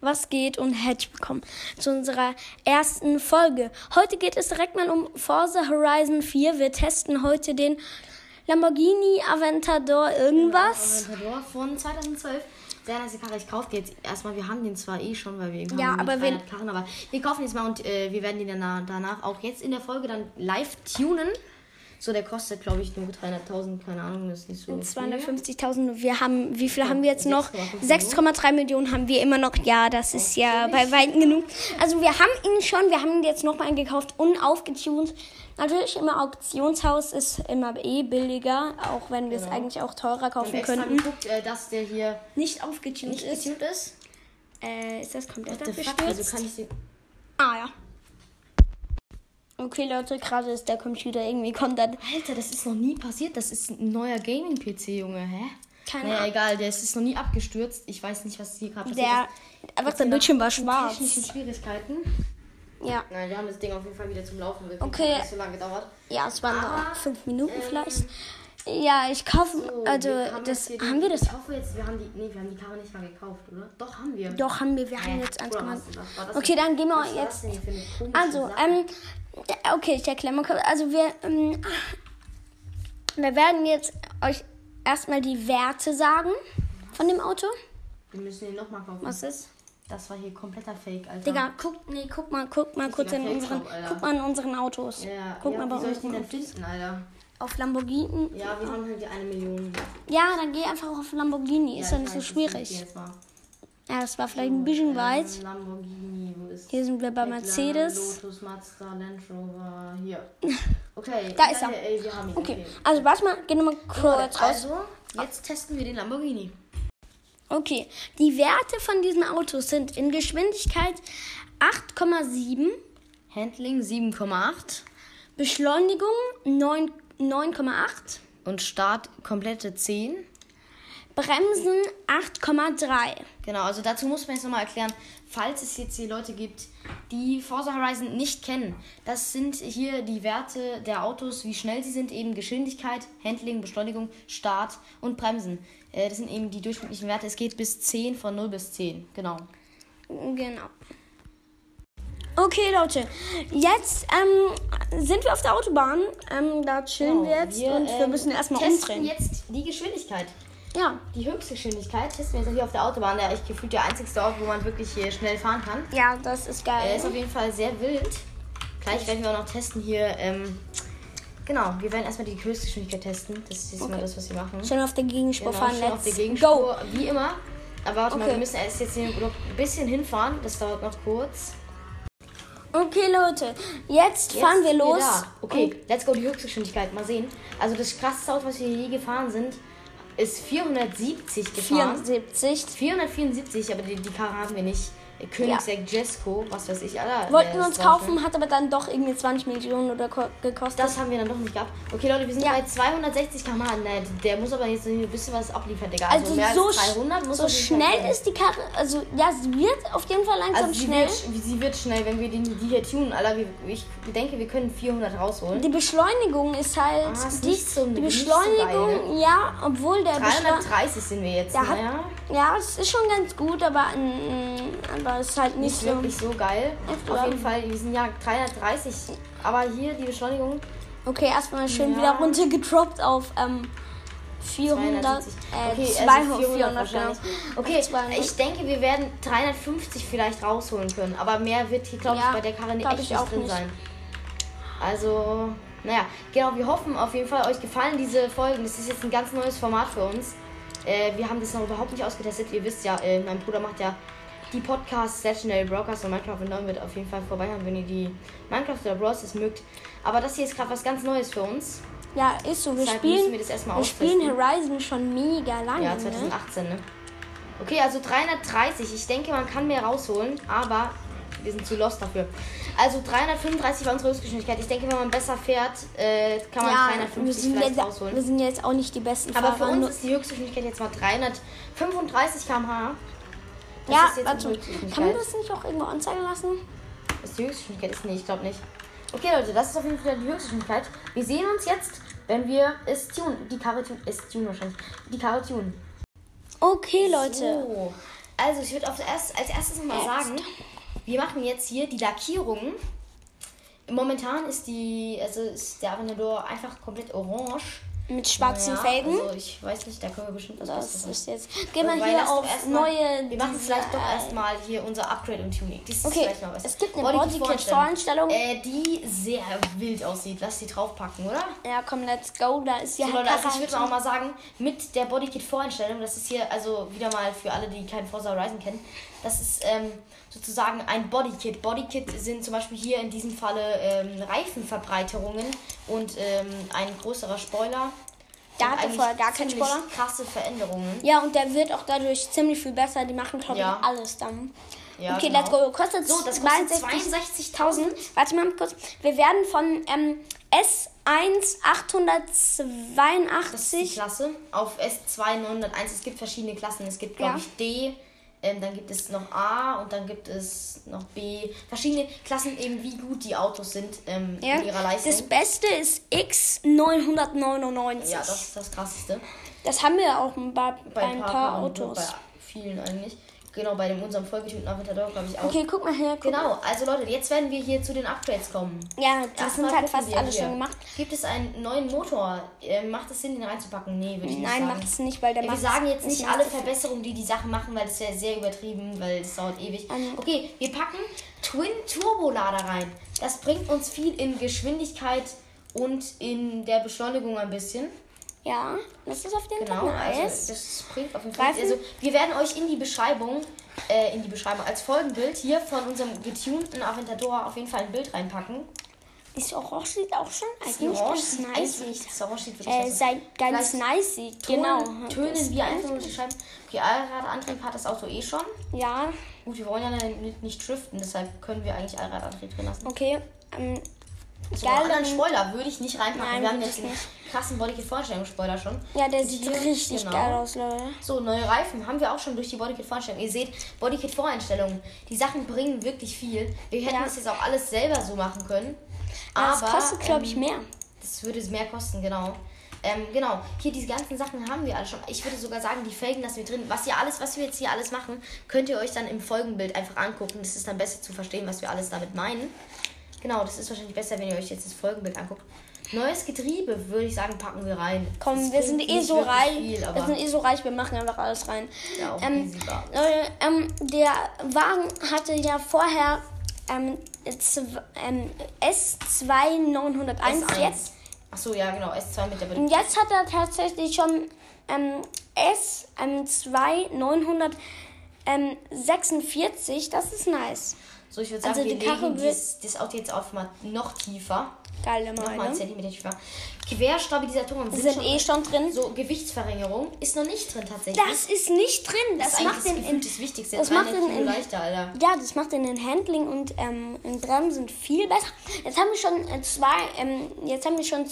was geht und herzlich willkommen zu unserer ersten Folge. Heute geht es direkt mal um Forza Horizon 4. Wir testen heute den Lamborghini Aventador irgendwas. Aventador von 2012. Sehr nice Karre. Ich kaufe die jetzt erstmal. Wir haben den zwar eh schon, weil wir eben Ja, haben aber wir wenn- Karren, aber wir kaufen jetzt mal und äh, wir werden den danach, danach auch jetzt in der Folge dann live tunen. So, der kostet, glaube ich, nur 300.000. Keine Ahnung, das ist nicht so. viel. 250.000. Wir haben, wie viel haben wir jetzt noch? 6,5 6,3 Millionen haben wir immer noch. Ja, das ist ja bei weitem genug. Also wir haben ihn schon, wir haben ihn jetzt nochmal gekauft und aufgetunt. Natürlich immer Auktionshaus ist immer eh billiger, auch wenn wir es eigentlich auch teurer Ich kaufen hab extra könnten. geguckt, äh, dass der hier Nicht aufgetunt nicht ist. getuned ist. Äh, ist das komplett The fuck, also abgestürzt? kann ich den. ah ja. Okay, Leute, gerade ist der Computer irgendwie kontert. Alter, das ist noch nie passiert. Das ist ein neuer Gaming-PC, Junge. Hä? Keine naja, Ahnung. egal, der ist, ist noch nie abgestürzt. Ich weiß nicht, was hier gerade passiert Der, ist. einfach der Bildschirm war schwarz. Technische Schwierigkeiten. Ja, Nein, wir haben das Ding auf jeden Fall wieder zum Laufen gekriegt. Okay. Hat nicht so lange gedauert. ja, es waren noch fünf Minuten vielleicht. Ja, ich kaufe, Ah. So, also wir haben das, jetzt hier haben die- wir das? Ich hoffe jetzt, wir haben die. Nee, wir haben die Karre nicht mal gekauft, oder? Doch, haben wir. Doch, haben wir, wir haben Hä? jetzt eins Bruder, gemacht. was- was war das Okay, denn? dann gehen wir Was war jetzt. das denn hier für eine komische Also, Sache? ähm, ja, okay, ich erkläre mal kurz. Also, wir, ähm, wir werden jetzt euch erstmal die Werte sagen von dem Auto. Wir müssen den nochmal kaufen. Was ist? Das war hier kompletter Fake, Alter. Digga, guck, nee, guck mal, guck mal kurz in Fake unseren, Shop, Alter. guck mal in unseren Autos. Ja, guck ja, mal bei wie soll ich den unseren denn finden, Alter? auf Lamborghini. Ja. Ja, wir haben halt die eine Million. dann geh einfach auf Lamborghini, ist ja ja nicht so schwierig. Jetzt mal. Ja, das war vielleicht ein bisschen weit. Ähm, Lamborghini, wo ist Hier sind wir bei Meckler, Mercedes. Lotus, Mazda, Land Rover, hier. Okay, Da ist er. danke, ey, wir haben ihn. Okay, also warte mal, geh nochmal kurz raus. Also, jetzt testen wir den Lamborghini. Okay, die Werte von diesen Autos sind in Geschwindigkeit 8,7, Handling 7,8 Beschleunigung 9 9,8, und Start komplette 10. Bremsen 8,3. Genau, also dazu muss man jetzt nochmal erklären, falls es jetzt hier Leute gibt, die Forza Horizon nicht kennen. Das sind hier die Werte der Autos, wie schnell sie sind, eben Geschwindigkeit, Handling, Beschleunigung, Start und Bremsen. Äh, das sind eben die durchschnittlichen Werte. Es geht bis 10, von 0 bis 10. Genau. Genau. Okay, Leute, jetzt ähm, sind wir auf der Autobahn. Ähm, da chillen wir jetzt und wir ähm, müssen erstmal testen umdrehen. jetzt die Geschwindigkeit. Ja, Die Höchstgeschwindigkeit testen wir jetzt hier auf der Autobahn. Der echt gefühlt der einzigste Ort, wo man wirklich hier schnell fahren kann. ja, das ist geil. Er ist auf jeden Fall sehr wild. Gleich werden wir auch noch testen hier. Ähm, genau, wir werden erstmal die Höchstgeschwindigkeit testen. Das ist jetzt mal das, was wir machen. Schön auf der Gegenspur Genau, fahren. schön auf der Let's go. Gegenspur, Wie immer. Aber warte mal, Okay. wir müssen erst jetzt hier noch ein bisschen hinfahren. Das dauert noch kurz. Okay, Leute, jetzt, Jetzt fahren wir sind los. Um Oh. da. Okay, let's go, die Höchstgeschwindigkeit. Mal sehen. Also das krasseste Auto, was wir je gefahren sind, ist 470 gefahren. 74. 474, aber die, die Karre haben wir nicht. Äh, Königsegg Jesko, was weiß ich, Alter. Wollten der ist uns drauf, ne? kaufen, hat aber dann doch irgendwie 20 Millionen oder ko gekostet. Das haben wir dann doch nicht gehabt. Okay, Leute, wir sind Ja. bei 260 km/h. Nein, Ne, der muss aber jetzt noch ein bisschen was abliefern, Digga. also mehr so, als sch- 300 muss so auf jeden Fall schnell sein. ist die Karre. Also ja, sie wird auf jeden Fall langsam Also sie schnell. wird, sch- sie wird schnell, wenn wir den, die hier tunen. Alter, wir, ich denke, wir können 400 rausholen. Die Beschleunigung ist halt. Ah, ist die, nicht so- die nicht so Beschleunigung, ja, obwohl der Beschleunigung. 330 sind wir jetzt. ne? Der hat- naja, Ja, es ist schon ganz gut, aber, mm, aber es ist halt nicht, nicht so. wirklich so geil. Echt, Auf oder? jeden Fall, wir sind ja 330. Aber hier die Beschleunigung Okay, erstmal schön Ja. wieder runter gedroppt auf ähm, 400. 270. Äh, Okay, 200, also 400 wahrscheinlich. genau. Okay, 200. ich denke, wir werden 350 vielleicht rausholen können. Aber mehr wird hier, glaube Ja, ich, bei der Karre nicht glaub echt ich nicht auch drin nicht. sein. Also, naja, genau, wir hoffen auf jeden Fall, euch gefallen diese Folgen. Das ist jetzt ein ganz neues Format für uns. Äh, wir haben das noch überhaupt nicht ausgetestet. Ihr wisst ja, äh, mein Bruder macht ja die Podcasts Sessional Brokers und Minecraft und Neumann wird auf jeden Fall vorbeihören, wenn ihr die Minecraft oder Bros. mögt. Aber das hier ist gerade was ganz Neues für uns. Ja, ist so. Wir Deshalb müssen spielen, wir das erstmal wir austesten. spielen Horizon schon mega lange. Ja, ne? 2018, ne? Okay, also 330. Ich denke, man kann mehr rausholen, aber wir sind zu lost dafür. Also 335 war unsere Höchstgeschwindigkeit. Ich denke, wenn man besser fährt, äh, kann man Ja, wir 350 sind, vielleicht jetzt, wir rausholen. sind jetzt auch nicht die besten Aber für Fahrer. uns nur- ist die Höchstgeschwindigkeit jetzt mal 335 km/h. Das ja, ist jetzt warte, kann man unsere Höchstgeschwindigkeit. das nicht auch irgendwo anzeigen lassen? Ist die Höchstgeschwindigkeit ist? Nee, ich glaube nicht. Okay, Leute, das ist auf jeden Fall die Höchstgeschwindigkeit. Wir sehen uns jetzt, wenn wir es tun. Die Karre tun. Es tun wahrscheinlich. Die Karre tun. Okay, Leute. So. Also, ich würde auf erst, als erstes nochmal Oh. Jetzt. sagen, wir machen jetzt hier die Lackierungen. Momentan ist die, also ist der Aventador einfach komplett orange. Mit schwarzen Naja, Felgen. Also ich weiß nicht, da können wir bestimmt was das machen. ist jetzt. Geh mal Wobei, lass hier doch auf erst mal- neue. Wir machen diese- vielleicht doch erstmal hier unser Upgrade und Tuning. Das ist Okay, vielleicht noch was. es gibt eine Bodykit Bodykit-Voreinstellung. Äh, die sehr wild aussieht. Lass die draufpacken, oder? Ja, komm, let's go. Da ist ja So, Leute, also ich würde auch Karate. mal sagen, mit der Bodykit-Voreinstellung, das ist hier, also wieder mal für alle, die keinen Forza Horizon kennen, das ist ähm, sozusagen ein Bodykit. Bodykit sind zum Beispiel hier in diesem Falle ähm, Reifenverbreiterungen und ähm, ein größerer Spoiler. Der Und hatte eigentlich vorher gar keinen ziemlich Spoiler. krasse Veränderungen. Ja, und der wird auch dadurch ziemlich viel besser. Die machen, glaube ich, Ja. alles dann. Ja, okay, genau. let's go. Kostet So, das kostet 62.000. 62.000. Warte mal kurz. Wir werden von ähm, Das ist die S1882. Klasse. Auf S2901. Es gibt verschiedene Klassen. Es gibt, Ja. glaube ich, D. Ähm, dann gibt es noch A und dann gibt es noch B. Verschiedene Klassen, eben wie gut die Autos sind ähm, Ja. in ihrer Das Leistung. Beste ist X999. ja, das ist das Krasseste. Das haben wir auch bei, bei ein Parker paar und Autos. Bei vielen eigentlich. Genau, bei dem, unserem vollgetönten Aventador, glaube ich, auch. Okay, guck mal her. Guck. Genau, also Leute, jetzt werden wir hier zu den Upgrades kommen. Ja, das Erstmal sind halt gucken fast wir alle hier. schon gemacht. Gibt es einen neuen Motor? Ähm, macht es Sinn, den reinzupacken? Nee, würde ich nicht Nein, sagen. macht es nicht, weil der Ja, wir macht sagen jetzt nicht alle macht- Verbesserungen, die die Sachen machen, weil das wäre sehr übertrieben, weil es dauert ewig. Ähm. Okay, wir packen Twin Turbolader rein. Das bringt uns viel in Geschwindigkeit und in der Beschleunigung ein bisschen. Ja, das ist auf den Genau, genau, also nice. das bringt auf jeden Fall. Reifen? Also wir werden euch in die Beschreibung, äh, in die Beschreibung als Folgenbild hier von unserem getunten Aventador auf jeden Fall ein Bild reinpacken. ist orange sieht auch schon Das eigentlich ganz sieht nice. eigentlich- das Orange sieht wirklich Äh, aus. sei ganz Vielleicht nice sieht. Genau. Tönen, Tönen wir einfach nur die Scheiben. Okay, Allradantrieb hat das Auto eh schon. Ja, Gut, wir wollen ja nicht, nicht driften, deshalb können wir eigentlich Allradantrieb drin lassen. okay. Ähm, So, geil, einen anderen dann- Spoiler würde ich nicht reinpacken. Nein, wir haben würde jetzt ich einen krassen Bodykit-Vorstellungsspoiler schon. ja, der Und sieht hier- richtig genau. geil aus, Leute. So, neue Reifen haben wir auch schon durch die Bodykit-Voreinstellung. Ihr seht, Bodykit-Voreinstellungen, die Sachen bringen wirklich viel. Wir hätten Ja. das jetzt auch alles selber so machen können. Aber das aber kostet, glaube ich, ähm, mehr. das würde es mehr kosten, genau. Ähm, genau, hier diese ganzen Sachen haben wir alle schon. Ich würde sogar sagen, die Felgen lassen wir drin. Was ihr alles, was wir jetzt hier alles machen, könnt ihr euch dann im Folgenbild einfach angucken. Das ist dann besser zu verstehen, was wir alles damit meinen. Genau, das ist wahrscheinlich besser, wenn ihr euch jetzt das Folgenbild anguckt. Neues Getriebe, würde ich sagen, packen wir rein. Komm, Das wir sind bringt eh nicht so wirklich reich. Viel, aber wir sind eh so reich, wir machen einfach alles rein. ja, auch ähm, easy war. Leute, ähm, der Wagen hatte ja vorher ähm, zw- ähm, S2901. S1. Jetzt, Achso, ja, genau, S2 mit der Be- jetzt hat er tatsächlich schon ähm, S2946. Das ist nice. So, ich würde sagen, Also wir die Karre legen wird- das, das Auto jetzt auf mal noch tiefer. Geile Nochmal einen Meinung. Zentimeter tiefer. Querstabilisatoren Die sind, sind schon eh schon drin. So, Gewichtsverringerung ist noch nicht drin tatsächlich. Das ist nicht drin. Das, ist eigentlich macht den. gefühlt das Wichtigste. das 300 macht den Kilo in- leichter, Alter. Ja, das macht in den Handling und ähm, in Bremsen viel besser. Jetzt haben wir schon äh, zwei, ähm, jetzt haben wir schon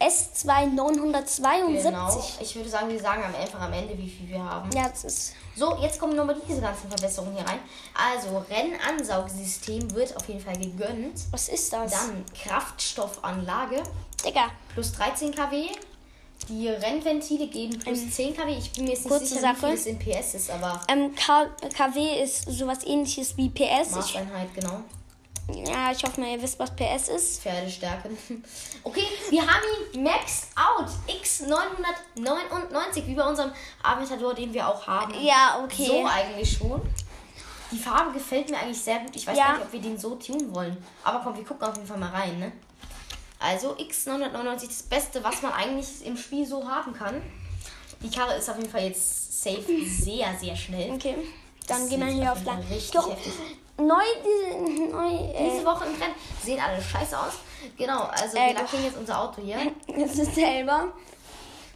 S2972. Genau. Ich würde sagen, wir sagen am- einfach am Ende, wie viel wir haben. Ja, das ist So, jetzt kommen nochmal diese ganzen Verbesserungen hier rein. Also, Rennansaugsystem wird auf jeden Fall gegönnt. was ist das? Dann Kraftstoffanlage Digga, plus 13 kW. Die Rennventile geben plus 10 kW. Ich bin mir jetzt nicht kurze sicher, wie Sache. viel es in PS ist, aber ähm, K KW ist sowas ähnliches wie PS. Ich, Maßeinheit, genau. ja, ich hoffe mal, ihr wisst, was PS ist. Pferdestärke. Okay, wir haben ihn Max Out X999, wie bei unserem Aventador, den wir auch haben. Ja, okay. So eigentlich schon. Die Farbe gefällt mir eigentlich sehr gut. Ich weiß Ja. gar nicht, ob wir den so tun wollen. Aber komm, wir gucken auf jeden Fall mal rein, ne? Also X999, das Beste, was man eigentlich im Spiel so haben kann. Die Karre ist auf jeden Fall jetzt safe sehr, sehr schnell. Okay, dann Das gehen wir sieht hier auf auf jeden Land. Fall richtig Doch, heftig neu, diese, neu, äh, Diese Woche im Rennen sehen alle scheiße aus. Genau, also Ey, wir lackieren jetzt unser Auto hier. es ist selber.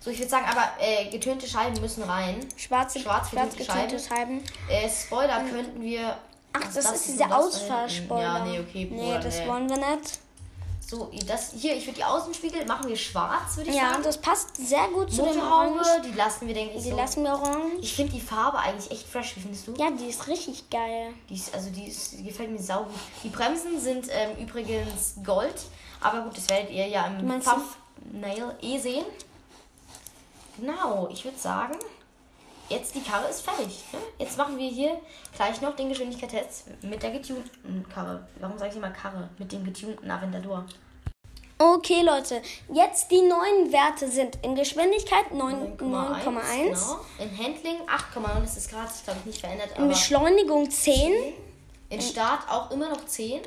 So, ich würde sagen, aber äh, getönte Scheiben müssen rein. Schwarze, Schwarz schwarz, getönte getönte Scheiben. Äh, Spoiler Hm. könnten wir. Ach, Was das, ist denn dieser Also das da hinten? Ausfahrspoiler. Ja, nee, okay, Nee, Bruder, das nee. wollen wir nicht. So, das hier, ich würde die Außenspiegel machen wir schwarz, würde ich Ja, sagen. das passt sehr gut zu dem Motorhaube, Orange. die lassen wir, denke ich, Die so. lassen wir orange. Ich finde die Farbe eigentlich echt fresh, wie findest du? Ja, die ist richtig geil. Die ist, also die, ist, die gefällt mir saugut. Die Bremsen sind ähm, übrigens gold, aber gut, das werdet ihr ja Du im meinst Thumbnail eh sehen. Genau, ich würde sagen, jetzt die Karre ist fertig. Ne? Jetzt machen wir hier gleich noch den Geschwindigkeitstest mit der getunten Karre. Warum sage ich immer Karre? Mit dem getunten Aventador. Okay, Leute, jetzt die neuen Werte sind in Geschwindigkeit 9 9,1, Genau. In Handling 8,9 ist es gerade, ich glaube, nicht verändert. in Aber Beschleunigung 10, in Start auch immer noch 10.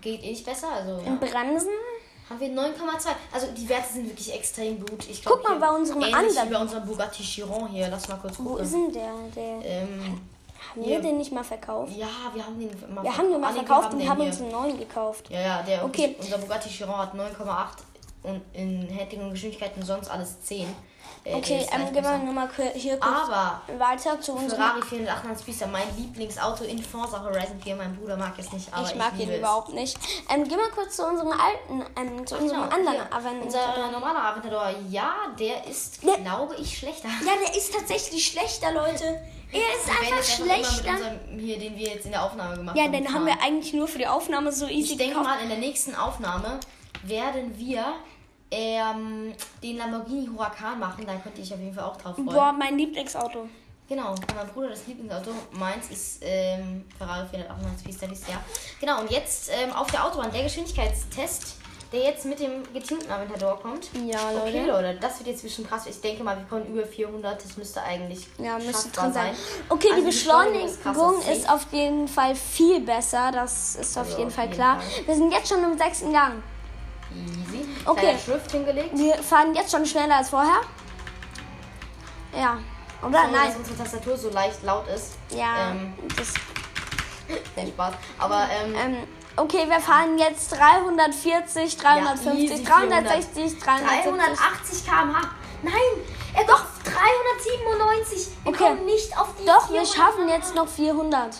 Geht eh nicht besser. Also ja. in Bremsen. haben wir 9,2. Also die Werte sind wirklich extrem gut. Ich Guck glaub, mal hier bei unserem ähnlich anderen. wie Bei unserem Bugatti Chiron hier. Lass mal kurz Wo gucken. ist denn der? der ähm, haben wir hier. den nicht mal verkauft? ja, wir haben den mal Wir haben den mal Ah, nee, wir verkauft und den haben hier. uns einen neuen gekauft. Ja, ja, der Okay. unser Bugatti Chiron hat 9,8 und in Handling und Geschwindigkeit und sonst alles 10. Äh, der Okay, ist ähm, leicht gehen wir besser. nochmal hier kurz Aber weiter zu unserem. Ferrari 488 Pizza, mein Lieblingsauto in Forza Horizon 4. Mein Bruder mag es nicht, aber Ich mag ihn liebe es. überhaupt nicht. Ähm, gehen wir kurz zu unserem alten, ähm, zu unserem Genau, anderen hier. Unser Aventador. normaler Aventador, ja, der ist, Ne. glaube ich, schlechter. Ja, der ist tatsächlich schlechter, Leute. Er ist Wir werden einfach jetzt einfach immer schlechter. Mit unserem, hier, den wir jetzt in der Aufnahme gemacht Ja, haben. den haben fahren. wir eigentlich nur für die Aufnahme so easy Ich denke gekauft. mal, in der nächsten Aufnahme werden wir ähm, den Lamborghini Huracan machen. Da könnte ich auf jeden Fall auch drauf freuen. Boah, mein Lieblingsauto. Genau, und mein Bruder das Lieblingsauto. Meins ist ähm, Ferrari 498 Pista Vista. Ja. Genau, und jetzt ähm, auf der Autobahn der Geschwindigkeitstest, der jetzt mit dem getunten Aventador kommt. Ja, Okay, Leute. Leute, das wird jetzt ein bisschen krass. Ich denke mal, wir kommen über 400. Das müsste eigentlich Ja, müsste schaffbar drin sein. Okay, Also die die Beschleunigung Beschleunigung ist ist, krass, das sehe ich. auf jeden Fall viel besser. Das ist auf Also jeden auf Fall jeden klar. Fall. Wir sind jetzt schon im sechsten Gang. Easy. Okay. Kleiner Schrift hingelegt. Wir fahren jetzt schon schneller als vorher. Ja. Oder? Sorry, Nein. Dass unsere Tastatur so leicht laut ist. Ja. Ähm, das, nein, Spaß. Aber ähm, ähm, okay, wir fahren jetzt 340, 350, Ja, easy, 360, 370. 380 km/h. Nein, er doch 397. Wir Okay. kommen nicht auf die Doch, wir 400. schaffen jetzt noch 400.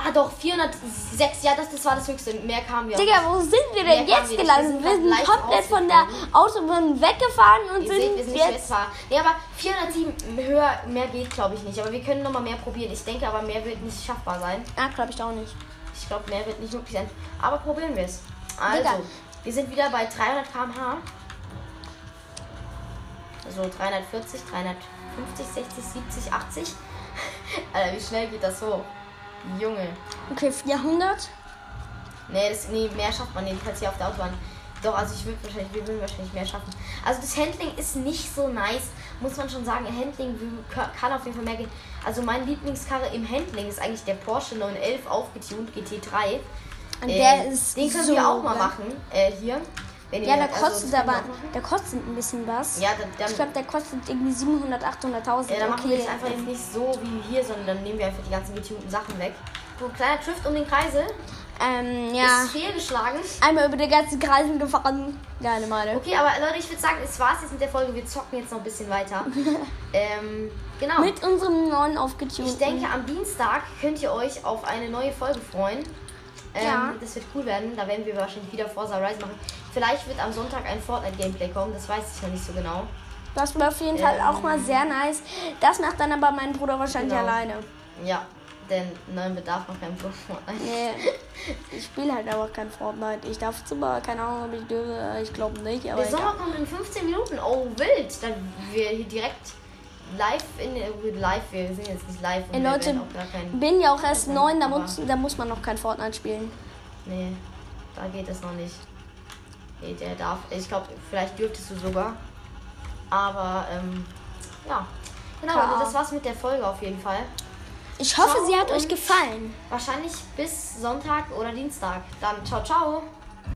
Ah, doch, 406. Ja, das, das war das höchste. Mehr kam ja. Digga, wo sind wir denn Ja, jetzt wir gelandet? sind Wir sind leicht komplett von der Autobahn weggefahren und Ihr seht, wir sind sind nicht jetzt. schwer Nee, aber 407 höher, mehr geht, glaube ich, nicht. Aber wir können nochmal mehr probieren. Ich denke aber, mehr wird nicht schaffbar sein. Ah, glaube ich auch nicht. Ich glaube, mehr wird nicht möglich sein. Aber probieren wir es. Also, Digga. wir sind wieder bei 300 km/h. Also 340, 350, 60, 70, 80. Alter, wie schnell geht das so? Junge. Okay, 400. Nee, das, nee, mehr schafft man jedenfalls hier auf der Autobahn. Doch, also ich würde wahrscheinlich, wir würden wahrscheinlich mehr schaffen. Also das Handling ist nicht so nice, muss man schon sagen. Handling w- ka- kann auf jeden Fall mehr gehen. Also mein Lieblingskarre im Handling ist eigentlich der Porsche 911 aufgetuned GT3. Und Äh, der ist den können so wir auch mal geil. machen äh, hier. Wenn Ja, ihr- der also, das kostet können wir aber. auch machen. Der kostet ein bisschen was. Ja, dann, dann, Ich glaube, der kostet irgendwie 700, 800.000. ja, dann machen wir okay. das einfach jetzt nicht so wie hier, sondern dann nehmen wir einfach die ganzen getunten Sachen weg. So, kleiner Drift um den Kreisel. Ähm, Ja. ja. Ist fehlgeschlagen. Einmal über den ganzen Kreisen gefahren. Geile Male. Okay, aber Leute, ich würde sagen, es war's jetzt mit der Folge. Wir zocken jetzt noch ein bisschen weiter. ähm, genau. Mit unserem neuen aufgetunten. ich denke, am Dienstag könnt ihr euch auf eine neue Folge freuen. Ähm, Ja. Das wird cool werden. Da werden wir wahrscheinlich wieder Forza Rise machen. Vielleicht wird am Sonntag ein Fortnite-Gameplay kommen. Das weiß ich noch nicht so genau. Das war auf jeden Ähm. Fall auch mal sehr nice. Das macht dann aber mein Bruder wahrscheinlich Genau. alleine. Ja, denn neuen Bedarf macht kein Fortnite. Nee, ich spiele halt aber kein Fortnite. Ich darf zwar, keine Ahnung, ob ich dürfe, ich glaube nicht, aber Der egal. Sommer kommt in 15 Minuten. Oh, wild. Dann wir hier direkt live in live. Wir sind jetzt nicht live. und Ey, wir Leute, werden auch gar keinen bin ja auch erst Okay, neun, da aber- muss, da muss man noch kein Fortnite spielen. Nee, da geht es noch nicht. Nee, der darf. Ich glaube, vielleicht dürftest du sogar. Aber, ähm, ja. Genau, Klar. also das war's mit der Folge auf jeden Fall. Ich hoffe, Ciao sie hat und- euch gefallen. Wahrscheinlich bis Sonntag oder Dienstag. Dann ciao, ciao.